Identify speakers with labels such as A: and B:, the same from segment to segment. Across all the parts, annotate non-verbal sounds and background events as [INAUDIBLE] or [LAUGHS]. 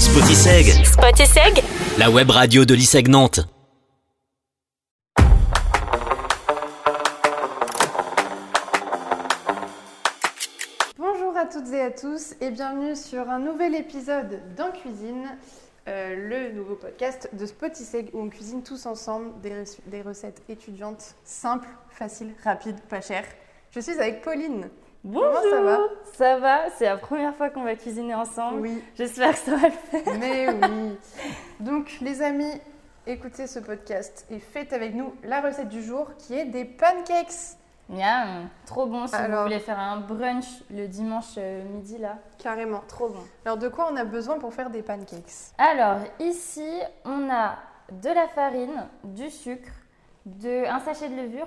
A: Spotiseg,
B: Spot et Seg
A: la web radio de l'ISEG Nantes.
C: Bonjour à toutes et à tous et bienvenue sur un nouvel épisode d'En Cuisine, euh, le nouveau podcast de Spotiseg où on cuisine tous ensemble des, rec- des recettes étudiantes simples, faciles, rapides, pas chères. Je suis avec Pauline.
D: Bonjour
C: ça va
D: Ça va, c'est la première fois qu'on va cuisiner ensemble.
C: Oui,
D: J'espère que ça va le faire.
C: mais oui. Donc les amis, écoutez ce podcast et faites avec nous la recette du jour qui est des pancakes.
D: Miam Trop bon si
C: Alors-
D: vous voulez faire un brunch le dimanche euh, midi là.
C: Carrément.
D: Trop bon.
C: Alors de quoi on a besoin pour faire des pancakes
D: Alors ici, on a de la farine, du sucre, de, un sachet de levure,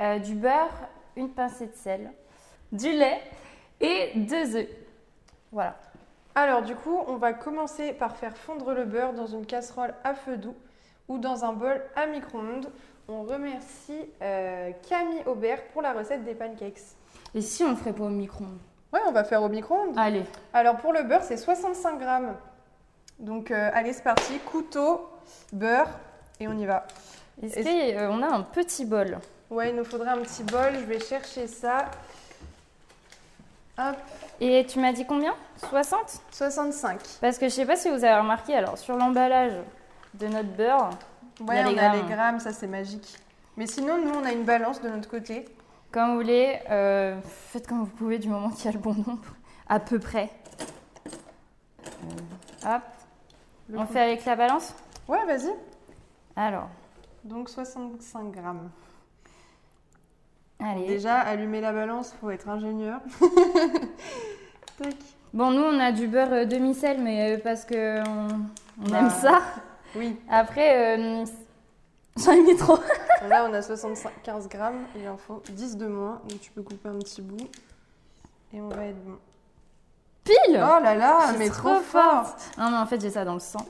D: euh, du beurre, une pincée de sel, du lait et deux œufs. Voilà.
C: Alors du coup, on va commencer par faire fondre le beurre dans une casserole à feu doux ou dans un bol à micro-ondes. On remercie euh, Camille Aubert pour la recette des pancakes.
D: Et si on le ferait pas au micro-ondes
C: Ouais, on va faire au micro-ondes.
D: Allez.
C: Alors pour le beurre, c'est 65 grammes. Donc euh, allez, c'est parti. Couteau, beurre et on y va.
D: Est-ce
C: Est-ce-
D: qu'on a un petit bol
C: Ouais, il nous faudrait un petit bol. Je vais chercher ça. Hop,
D: Et tu m'as dit combien 60
C: 65.
D: Parce que je sais pas si vous avez remarqué, alors sur l'emballage de notre beurre, Il
C: Ouais,
D: y a
C: on
D: les
C: a
D: grammes.
C: les grammes, ça c'est magique. Mais sinon, nous, on a une balance de notre côté.
D: comme vous voulez, euh, faites comme vous pouvez du moment qu'il y a le bon nombre, à peu près. Euh, hop,
C: Le
D: on
C: coup-
D: fait avec la balance
C: Ouais, vas-y.
D: Alors,
C: Donc 65 grammes.
D: allez.
C: Déjà, allumer la balance, faut être ingénieur. [LAUGHS] Tac.
D: Bon, nous on a du beurre euh, demi-sel, mais euh, parce que on, on
C: Bah.
D: aime ça.
C: Oui,
D: Après, euh, j'en ai mis trop.
C: là on a 75 grammes, il en faut 10 de moins, donc tu peux couper un petit bout. Et on va être bon.
D: Pile
C: Oh là là,
D: Je suis
C: mais trop,
D: trop
C: fort.
D: forte. Non, mais en fait j'ai ça dans le sang.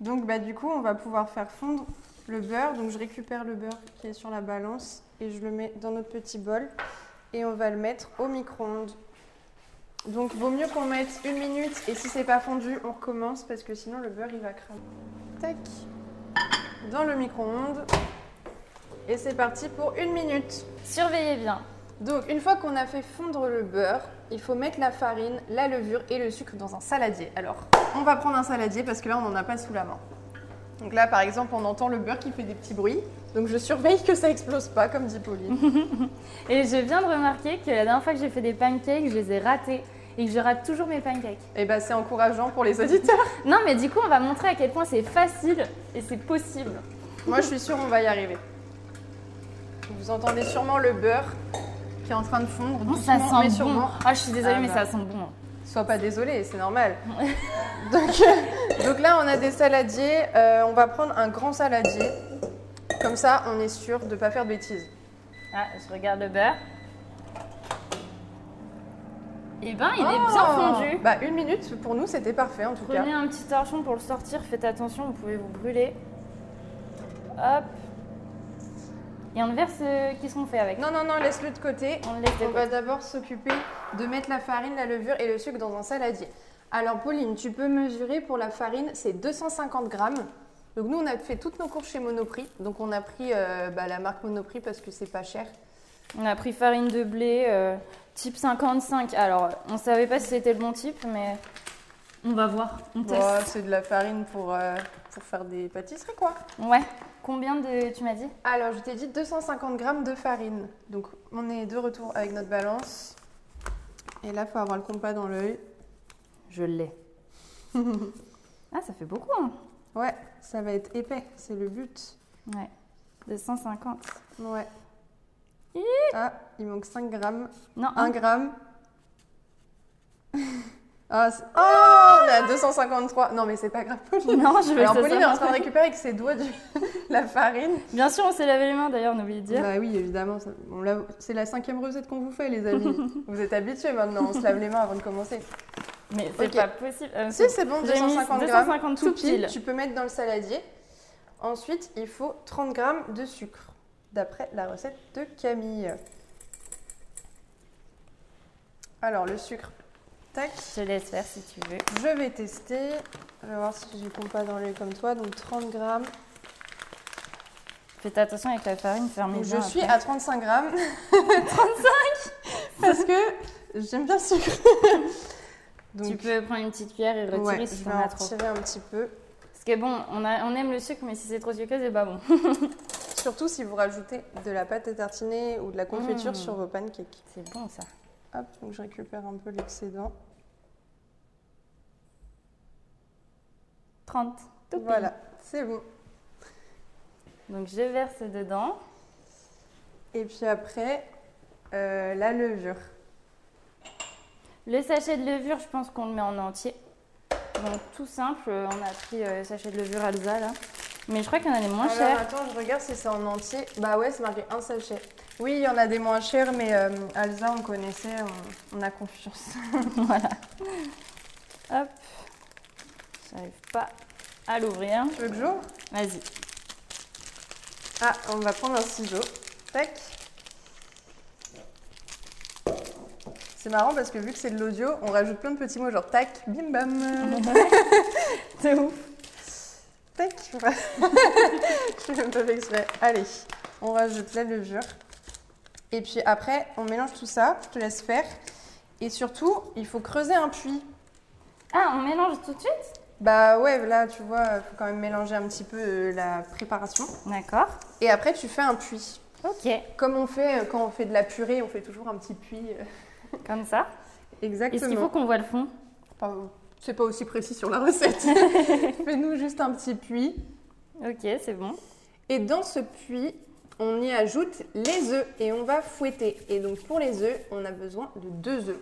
C: Donc bah du coup, on va pouvoir faire fondre le beurre. Donc je récupère le beurre qui est sur la balance et je le mets dans notre petit bol et on va le mettre au micro-ondes. Donc vaut mieux qu'on mette une minute et si c'est pas fondu, on recommence parce que sinon le beurre il va cramer. Tac. Dans le micro-ondes. Et c'est parti pour une minute.
D: Surveillez bien.
C: Donc, une fois qu'on a fait fondre le beurre, il faut mettre la farine, la levure et le sucre dans un saladier. Alors, on va prendre un saladier parce que là, on n'en a pas sous la main. Donc là, par exemple, on entend le beurre qui fait des petits bruits. Donc, je surveille que ça explose pas, comme
D: [LAUGHS]
C: dit Pauline.
D: Et je viens de remarquer que la dernière fois que j'ai fait des pancakes, je les ai ratés. Et que je rate toujours mes pancakes.
C: et bah, c'est encourageant pour les auditeurs.
D: Non, mais du coup, on va montrer à quel point c'est facile et c'est possible.
C: Moi, je suis sûre, on va y arriver. Vous entendez sûrement le beurre qui est en train de fondre.
D: Oh, ça
C: doucement, mais
D: sent bon.
C: sûrement.
D: Ah, je suis désolée,
C: Ah
D: mais ça
C: bah.
D: sent bon. hein.
C: Sois pas désolé,
D: [LAUGHS]
C: c'est normal. donc, euh, donc là, on a des saladiers. Euh, on va prendre un grand saladier. Comme ça, on est sûr de ne pas faire de bêtises.
D: Ah, je regarde le beurre. Eh ben, il
C: Oh
D: est bien fondu.
C: Bah, une minute, pour nous, c'était parfait en tout cas.
D: Prenez un petit torchon pour le sortir. Faites attention, vous pouvez vous brûler. Hop. Et on verse. euh, Qu'est-ce qu'on fait avec
C: Non, non, non, laisse-le de côté.
D: On le laisse de
C: On
D: côté.
C: va d'abord s'occuper de mettre la farine, la levure et le sucre dans un saladier. Alors, Pauline, tu peux mesurer pour la farine, c'est 250 grammes. Donc, nous, on a fait toutes nos courses chez Monoprix. Donc, on a pris euh, bah, la marque Monoprix parce que c'est pas cher.
D: On a pris farine de blé euh, type 55. Alors, on savait pas si c'était le bon type, mais on va voir. On teste.
C: Bon, c'est de la farine pour, euh, pour faire des pâtisseries, quoi.
D: Ouais. Combien de tu m'as dit
C: Alors, je t'ai dit 250 grammes de farine. Donc, on est de retour avec notre balance. Et là, faut avoir le compas dans l'œil.
D: Je l'ai. [LAUGHS] ah, ça fait beaucoup. Hein
C: Ouais, ça va être épais, c'est le but.
D: ouais. 250.
C: Ouais.
D: Hi Hein
C: Ah, il manque 5 grammes.
D: Non,
C: 1
D: un. [LAUGHS]
C: gramme. Ah, c'est- oh, on est à 253. Non, mais c'est pas grave, Pauline.
D: Non, [LAUGHS] je vais
C: Alors,
D: ça
C: Pauline est en train de [LAUGHS]
D: seulement.
C: récupérer avec ses doigts du- la farine.
D: Bien sûr, on s'est lavé les mains d'ailleurs, on oublie de dire.
C: Bah oui, évidemment. ça- on l'a- C'est la cinquième recette qu'on vous fait, les [LAUGHS] amis. vous êtes habitués maintenant, on se lave les mains avant de commencer.
D: Mais c'est
C: ok.
D: pas possible. Euh,
C: Si, c'est bon,
D: j'ai mis
C: 250 grammes.
D: 250
C: Tout
D: tout
C: pile,
D: pile.
C: tu peux mettre dans le saladier. Ensuite, il faut 30 grammes de sucre, d'après la recette de Camille. Alors, le sucre, Tac.
D: Je te laisse faire si tu veux.
C: Je vais tester. Je vais voir si je compte pas dans les comme toi. Donc 30 grammes.
D: Faites attention avec la farine, fermez
C: Donc,
D: bien
C: je suis
D: après.
C: à 35
D: [LAUGHS]
C: grammes. 35 Parce que j'aime bien le sucre.
D: Tu peux prendre une petite cuillère et retirer
C: ouais,
D: si
C: je
D: t'en
C: vais en
D: as trop.
C: retirer un petit peu.
D: Parce que bon, on, a- on aime le sucre, mais si c'est trop sucré, c'est pas bon. [LAUGHS]
C: Surtout si vous rajoutez de la pâte à tartiner ou de la confiture
D: Mmh.
C: sur vos pancakes.
D: C'est bon ça.
C: Hop, donc je récupère un peu l'excédent.
D: 30. Tout pile.
C: Voilà, c'est bon.
D: Donc je verse dedans.
C: Et puis après, euh, la levure.
D: Le sachet de levure, je pense qu'on le met en entier. Donc tout simple, euh, on a pris euh, le sachet de levure Alza là. Mais je crois qu'il y en a les moins
C: Alors
D: chers.
C: attends, je regarde si c'est en entier. Bah ouais, c'est marqué un sachet. Oui, il y en a des moins chers, mais euh, Alza, on connaissait, on, on a confiance.
D: voilà. Hop. J'arrive pas à l'ouvrir.
C: Tu veux que j'ouvre
D: Vas-y.
C: Ah, on va prendre un ciseau. Tac. C'est marrant parce que vu que c'est de l'audio, on rajoute plein de petits mots genre tac, bim bam,
D: [LAUGHS] C'est ouf.
C: tac. [LAUGHS] Je vais même pas fait exprès. Allez, on rajoute la levure. Et puis après, on mélange tout ça, je te laisse faire. Et surtout, il faut creuser un puits.
D: Ah, on mélange tout de suite
C: Bah ouais, là tu vois, faut quand même mélanger un petit peu euh, la préparation.
D: D'accord.
C: Et après, tu fais un puits.
D: Ok.
C: Comme on fait euh, quand on fait de la purée, on fait toujours un petit puits. euh.
D: Comme ça. Est-ce qu'il faut
C: Exactement.
D: qu'on voit le fond
C: Enfin, c'est pas aussi précis sur la
D: [LAUGHS]
C: recette. Fais-nous juste un petit puits.
D: Ok, c'est bon.
C: Et dans ce puits, on y ajoute les œufs et on va fouetter. Et donc pour les œufs, on a besoin de deux œufs.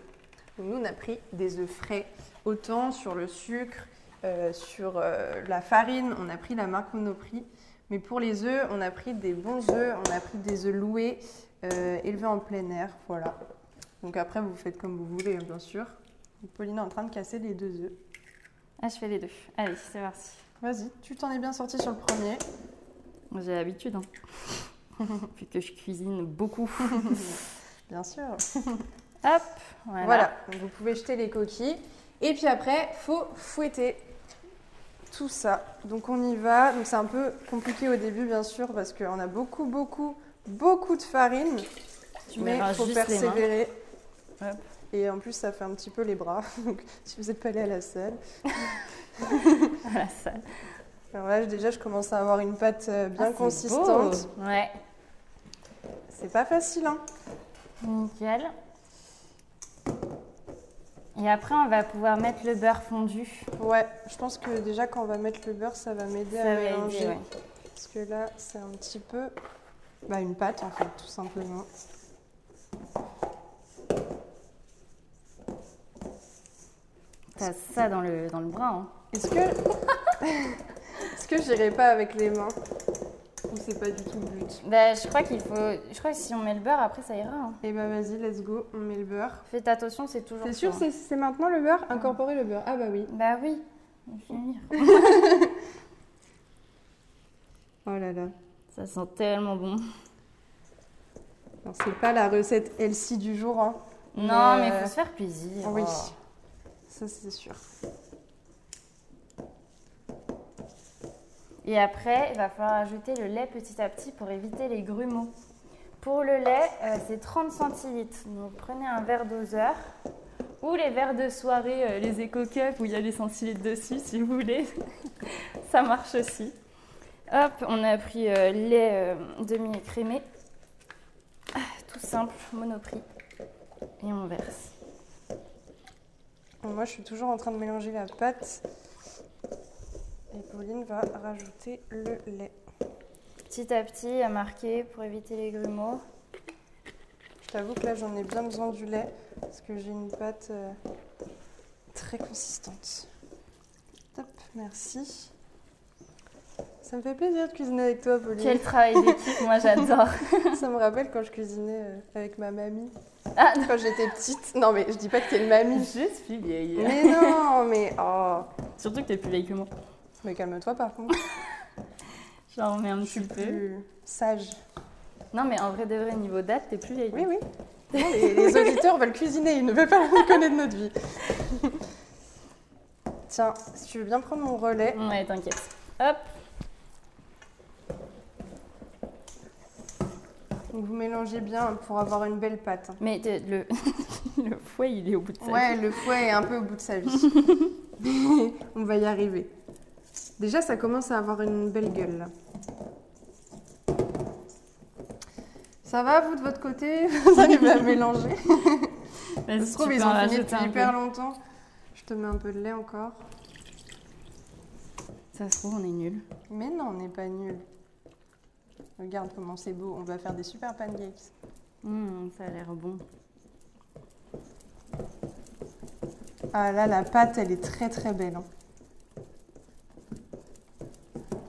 C: Donc nous, on a pris des œufs frais. Autant sur le sucre, euh, sur euh, la farine, on a pris la marque Monoprix. Mais pour les œufs, on a pris des bons œufs, on a pris des œufs loués, euh, élevés en plein air. Voilà. Donc après, vous faites comme vous voulez, hein, bien sûr. Donc, Pauline est en train de casser les deux œufs.
D: Ah, je fais les deux. Allez, c'est parti.
C: Vas-y, tu t'en es bien sorti sur le premier.
D: Moi, J'ai l'habitude, hein. [LAUGHS] Vu que je cuisine beaucoup.
C: Bien sûr.
D: Hop, voilà.
C: Voilà, donc vous pouvez jeter les coquilles. Et puis après, faut fouetter tout ça. Donc on y va. Donc c'est un peu compliqué au début, bien sûr, parce qu'on a beaucoup, beaucoup, beaucoup de farine.
D: Tu
C: mais
D: mélanges
C: faut
D: juste les mains.
C: persévérer.
D: Hop.
C: Et en plus, ça fait un petit peu les bras. [LAUGHS] Donc si vous êtes pas allé à la salle.
D: Voilà, ça.
C: Alors là, déjà, je commence à avoir une pâte euh, bien
D: Ah, c'est
C: consistante.
D: beau. Ouais,
C: C'est pas facile, hein
D: nickel. Et après, on va pouvoir mettre le beurre fondu.
C: Ouais, je pense que déjà, quand on va mettre le beurre, ça va m'aider
D: Ça
C: à
D: va
C: mélanger.
D: aider, ouais.
C: Parce que là, c'est un petit peu bah, une pâte, en fait, tout simplement.
D: T'as ça dans le, dans le bras, hein.
C: Est-ce que. [LAUGHS] Est-ce que j'irai pas avec les mains Ou c'est pas du tout le but
D: Bah, je crois qu'il faut... Je crois que si on met le beurre, après, ça ira, hein.
C: Eh bah, vas-y, let's go, on met le beurre.
D: Faites attention, c'est toujours
C: T'es sûr,
D: chaud, hein.
C: c'est c'est maintenant le beurre Incorporer le beurre. Ah, bah oui.
D: Bah oui. Je vais venir.
C: Oh là là.
D: Ça sent tellement bon.
C: Alors, c'est pas la recette Elsie du jour, hein.
D: Non,
C: Mais,
D: mais,
C: euh,
D: faut se faire plaisir.
C: Oui.
D: Oh.
C: Ça, c'est sûr.
D: Et après, il va falloir ajouter le lait petit à petit pour éviter les grumeaux. Pour le lait, euh, c'est 30 centilitres. Donc prenez un verre doseur ou les verres de soirée, euh, les éco-cups où il y a les centilitres dessus si vous voulez. [LAUGHS] Ça marche aussi. Hop, on a pris euh, lait euh, demi-écrémé. Ah, Tout simple, monoprix. Et on verse.
C: Bon, Moi, je suis toujours en train de mélanger la pâte. Et Pauline va rajouter le lait.
D: Petit à petit, à marquer pour éviter les grumeaux.
C: Je t'avoue que là, j'en ai bien besoin du lait parce que j'ai une pâte euh, très consistante. Top, merci. Ça me fait plaisir de cuisiner avec toi, Pauline.
D: Quel travail d'équipe, moi j'adore.
C: [LAUGHS] Ça me rappelle quand je cuisinais euh, avec ma mamie,
D: Ah,
C: [LAUGHS] quand j'étais petite. Non, mais je dis pas que t'es une mamie.
D: Je suis vieille.
C: Mais non, mais oh.
D: [LAUGHS] Surtout que t'es plus vieille que moi.
C: Mais calme-toi, par contre.
D: Je la remets un
C: Je suis plus sage.
D: Non, mais en vrai de vrai, niveau date, t'es plus vieille.
C: Oui, oui. Souvent, les, les auditeurs veulent cuisiner, ils ne veulent pas nous connaître notre vie. Tiens, si tu veux bien prendre mon relais.
D: Ouais, t'inquiète. Hop,
C: Donc, vous mélangez bien pour avoir une belle pâte.
D: mais t'es- le... [LAUGHS] le fouet, il est au bout de ça.
C: Ouais, le fouet est un peu au bout de sa vie. [LAUGHS] On va y arriver. Déjà, ça commence à avoir une belle gueule là. Ça va, vous de votre côté [LAUGHS] Vous arrivez à mélanger Ça se trouve, ils ont fini depuis hyper longtemps. Je te mets un peu de lait encore.
D: Ça se trouve, on est nuls.
C: Mais non, on n'est pas nul. Regarde comment c'est beau, on va faire des super pancakes.
D: Hum, ça a l'air bon.
C: Ah là, la pâte, elle est très très belle. hein.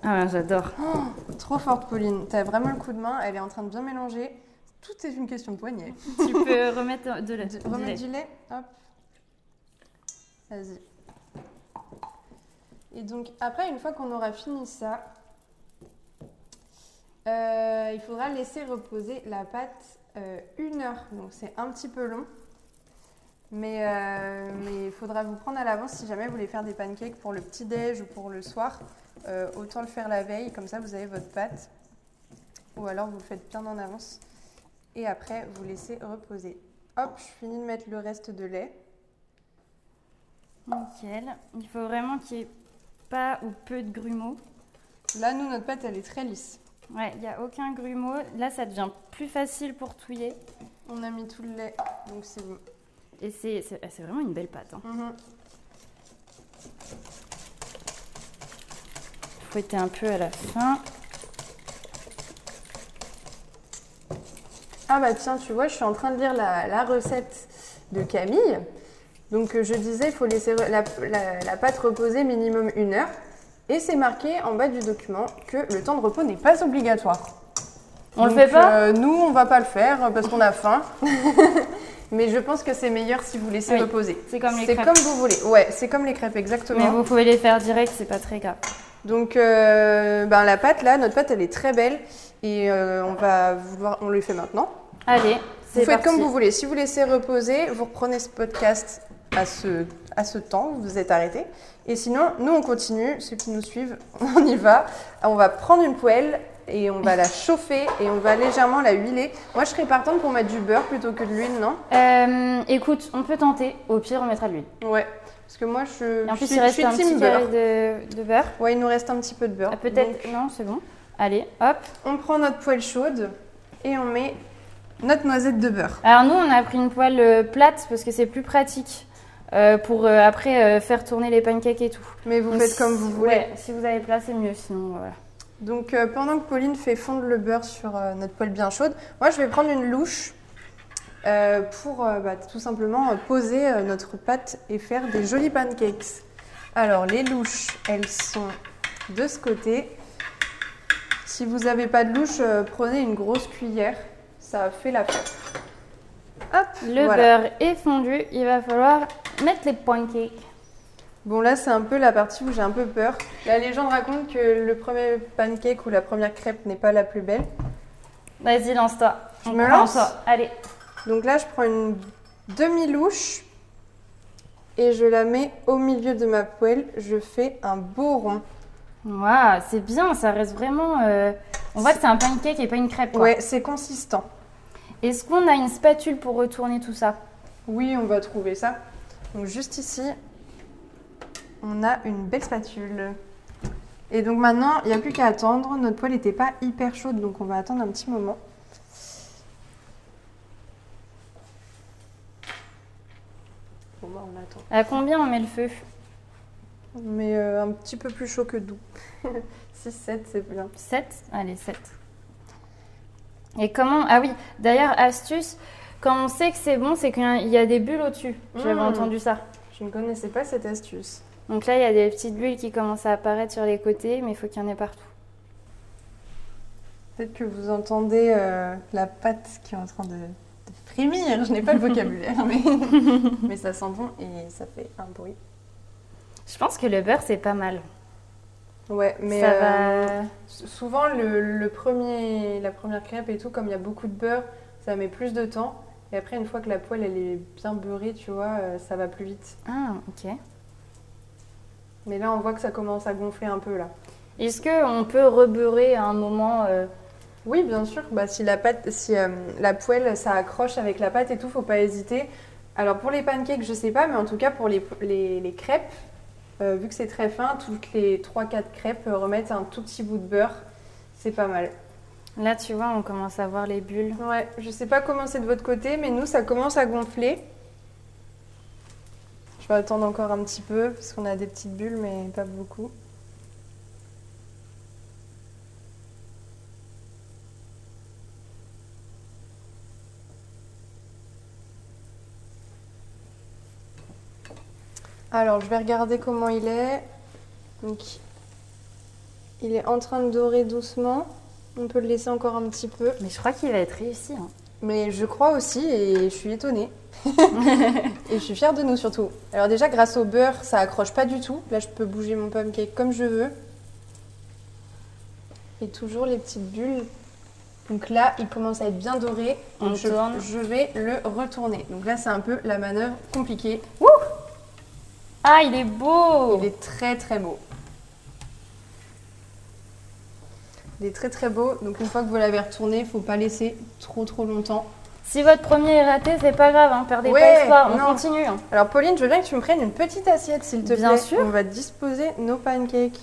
D: Ah, j'adore.
C: Trop forte, Pauline. T'as vraiment le coup de main, elle est en train de bien mélanger. Tout est une question de poignée.
D: tu peux [LAUGHS] remettre de la...
C: Du-
D: du lait.
C: Remets du lait, hop. Vas-y. Et donc, après, une fois qu'on aura fini ça, euh, il faudra laisser reposer la pâte euh, une heure. Donc, c'est un petit peu long. Mais euh, mais il faudra vous prendre à l'avance si jamais vous voulez faire des pancakes pour le petit-déj ou pour le soir. Euh, autant le faire la veille, comme ça vous avez votre pâte. Ou alors vous le faites bien en avance. Et après, vous laissez reposer. Hop, je finis de mettre le reste de lait.
D: Nickel. Il faut vraiment qu'il n'y ait pas ou peu de grumeaux.
C: Là, nous, notre pâte, elle est très lisse.
D: Ouais, il n'y a aucun grumeau. Là, ça devient plus facile pour touiller.
C: On a mis tout le lait, donc c'est bon. Mhm.
D: Et c'est c'est- ah, c'est vraiment une belle pâte. Hein. Fouetter un peu à la fin.
C: Ah bah tiens, tu vois, je suis en train de lire la, la recette de Camille. Donc euh, je disais, il faut laisser re- la, la- la pâte reposer minimum une heure. Et c'est marqué en bas du document que le temps de repos n'est pas obligatoire.
D: On le
C: Donc,
D: fait pas
C: euh, Nous, on va pas le faire euh, parce qu'on a faim. [LAUGHS] Mais je pense que c'est meilleur si vous laissez
D: Oui.
C: reposer.
D: C'est comme les
C: C'est
D: crêpes.
C: comme hein. vous voulez. Ouais, c'est comme les crêpes, exactement.
D: Mais vous pouvez les faire direct, c'est pas très grave.
C: Donc, euh, ben, la pâte, là, notre pâte, elle est très belle. Et euh, on va vouloir, on le fait maintenant.
D: Allez,
C: Vous
D: c'est
C: faites
D: parti.
C: comme vous voulez. Si vous laissez reposer, vous reprenez ce podcast à ce, à ce temps, où vous êtes arrêté. Et sinon, nous, on continue. Ceux qui nous suivent, [LAUGHS] on y va. On va prendre une poêle et on
D: [LAUGHS]
C: va la chauffer et on va légèrement la huiler. Moi, je serais partante pour mettre du beurre plutôt que de l'huile, non
D: Euh, écoute, on peut tenter. Au pire, on mettra de l'huile.
C: Ouais. Parce que moi, je,
D: Et en
C: je
D: plus,
C: suis,
D: il
C: je
D: reste
C: suis
D: un petit
C: team beurre.
D: carré de, de beurre.
C: Ouais, il nous reste un petit peu de beurre.
D: Ah, Peut-être.
C: Donc,
D: Non, c'est bon. Allez, hop.
C: On prend notre poêle chaude et on met notre noisette de beurre.
D: Alors nous, on a pris une poêle euh, plate parce que c'est plus pratique euh, pour euh, après euh, faire tourner les pancakes et tout.
C: Mais vous
D: Donc,
C: faites
D: si-
C: comme vous voulez.
D: ouais, si vous avez plat, c'est mieux. Sinon, voilà.
C: Donc euh, pendant que Pauline fait fondre le beurre sur euh, notre poêle bien chaude, moi je vais prendre une louche euh, pour euh, bah, tout simplement euh, poser euh, notre pâte et faire des jolis pancakes. Alors les louches, elles sont de ce côté. Si vous n'avez pas de louche, euh, prenez une grosse cuillère. Ça fait la fête. Hop,
D: Le
C: voilà.
D: beurre est fondu. Il va falloir mettre les pancakes.
C: Bon là c'est un peu la partie où j'ai un peu peur. La légende raconte que le premier pancake ou la première crêpe n'est pas la plus belle.
D: Vas-y, lance-toi.
C: Je
D: On
C: me
D: prend
C: lance
D: toi. Allez.
C: Donc là je prends une demi-louche et je la mets au milieu de ma poêle. Je fais un beau rond.
D: Waouh, c'est bien. Ça reste vraiment. euh, On voit que c'est un pancake et pas une crêpe. quoi.
C: Ouais c'est consistant.
D: Est-ce qu'on a une spatule pour retourner tout ça
C: Oui on va trouver ça. Donc juste ici on a une belle spatule. Et donc maintenant il n'y a plus qu'à attendre. Notre poêle n'était pas hyper chaude donc on va attendre un petit moment. Bon bah on attend.
D: À combien on met le feu
C: Mais euh, un petit peu plus chaud que [LAUGHS] doux. 6-7, c'est bien.
D: 7 Allez, 7. Et comment Ah oui, d'ailleurs, astuce, quand on sait que c'est bon, c'est qu'il y a- il y a des bulles au-dessus. J'avais
C: Mmh.
D: entendu ça.
C: Je ne connaissais pas cette astuce.
D: Donc là, il y a des petites bulles qui commencent à apparaître sur les côtés, mais il faut qu'il y en ait partout.
C: Peut-être que vous entendez euh, la pâte qui est en train de, de frémir. Je n'ai [LAUGHS] pas le vocabulaire, mais, mais ça sent bon et ça fait un bruit.
D: Je pense que le beurre, c'est pas mal.
C: Ouais, mais
D: ça
C: euh,
D: va.
C: s- souvent le, le premier, la première crêpe et tout, comme il y a beaucoup de beurre, ça met plus de temps. Et après, une fois que la poêle elle est bien beurrée, tu vois, euh, ça va plus vite.
D: Ah, ok.
C: Mais là, on voit que ça commence à gonfler un peu là.
D: Est-ce qu'on peut rebeurrer à un moment euh,
C: Oui, bien sûr. Bah, si la pâte, si euh, la poêle, ça accroche avec la pâte et tout, faut pas hésiter. Alors pour les pancakes, je sais pas, mais en tout cas pour les, les- les crêpes, euh, vu que c'est très fin, toutes les 3-4 crêpes euh, remettent un tout petit bout de beurre. C'est pas mal.
D: Là, tu vois, on commence à voir les bulles.
C: Ouais, je sais pas comment c'est de votre côté, mais nous, ça commence à gonfler. Je vais attendre encore un petit peu, parce qu'on a des petites bulles, mais pas beaucoup. Alors, je vais regarder comment il est. Donc, il est en train de dorer doucement. On peut le laisser encore un petit peu.
D: Mais je crois qu'il va être réussi. hein.
C: Mais je crois aussi et je
D: [LAUGHS]
C: suis étonnée. et je suis fière de nous surtout. Alors déjà grâce au beurre, ça accroche pas du tout. Là, je peux bouger mon pancake comme je veux. Et toujours les petites bulles. Donc là, il commence à être bien doré.
D: On
C: Donc je,
D: tourne.
C: je vais le retourner. Donc là, c'est un peu la manœuvre compliquée.
D: Ah, il est beau
C: Il est très très beau. Il est très très beau. Donc une fois que vous l'avez retourné, faut pas laisser trop trop longtemps.
D: Si votre premier est raté, c'est pas grave, hein, perdez
C: Ouais,
D: pas espoir, on
C: non.
D: continue. hein.
C: Alors Pauline, je veux bien que tu me prennes une petite assiette, s'il te
D: Bien
C: plaît.
D: sûr.
C: On va disposer nos pancakes.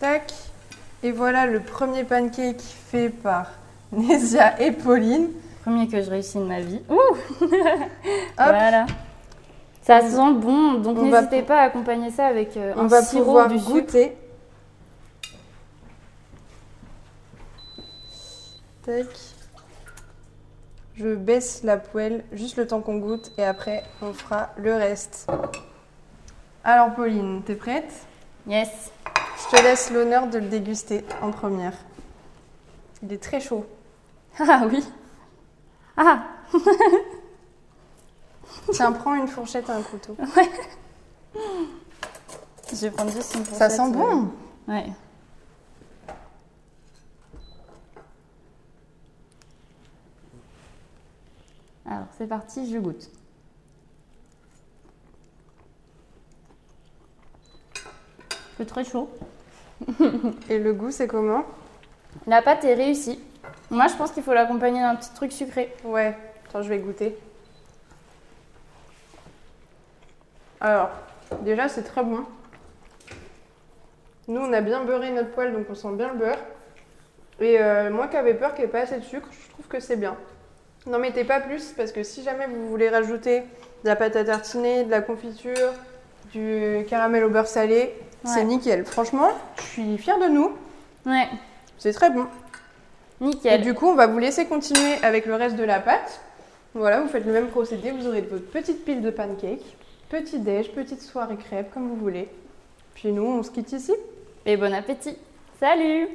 C: Tac. Et voilà le premier pancake fait par [LAUGHS] Nézia et Pauline.
D: Premier que je réussis de ma vie. Ouh [LAUGHS]
C: Hop.
D: Voilà. Ça sent bon, donc
C: On va
D: n'hésitez pas à accompagner ça avec euh,
C: On
D: un
C: va
D: sirop
C: pouvoir
D: du sucre.
C: goûter. Tac. Je baisse la poêle juste le temps qu'on goûte et après on fera le reste. Alors Pauline, t'es prête
D: Yes. [LAUGHS]
C: Je te laisse l'honneur de le déguster en première. Il est très chaud.
D: Ah oui. Ah,
C: Tiens, prends une fourchette et un couteau.
D: je vais prendre juste une
C: Ça
D: fourchette,
C: sent bon.
D: euh, Ouais. Alors, c'est parti, je goûte. C'est très chaud.
C: Et le goût, c'est comment
D: La pâte est réussie. Moi, je pense qu'il faut l'accompagner d'un petit truc sucré.
C: Ouais. Attends, je vais goûter. Alors, déjà, c'est très bon. Nous, on a bien beurré notre poêle, donc on sent bien le beurre. Et euh, moi qui avais peur qu'il n'y ait pas assez de sucre, je trouve que c'est bien. N'en mettez pas plus, parce que si jamais vous voulez rajouter de la pâte à tartiner, de la confiture, du caramel au beurre salé,
D: Ouais.
C: c'est nickel. Franchement, je suis fière de nous.
D: Ouais,
C: C'est très bon. Et
D: nickel.
C: du coup, on va vous laisser continuer avec le reste de la pâte. Voilà, vous faites le même procédé, vous aurez votre petite pile de pancakes, petit déj, petite soirée crêpe, comme vous voulez. Puis nous, on se quitte ici.
D: Et bon appétit. Salut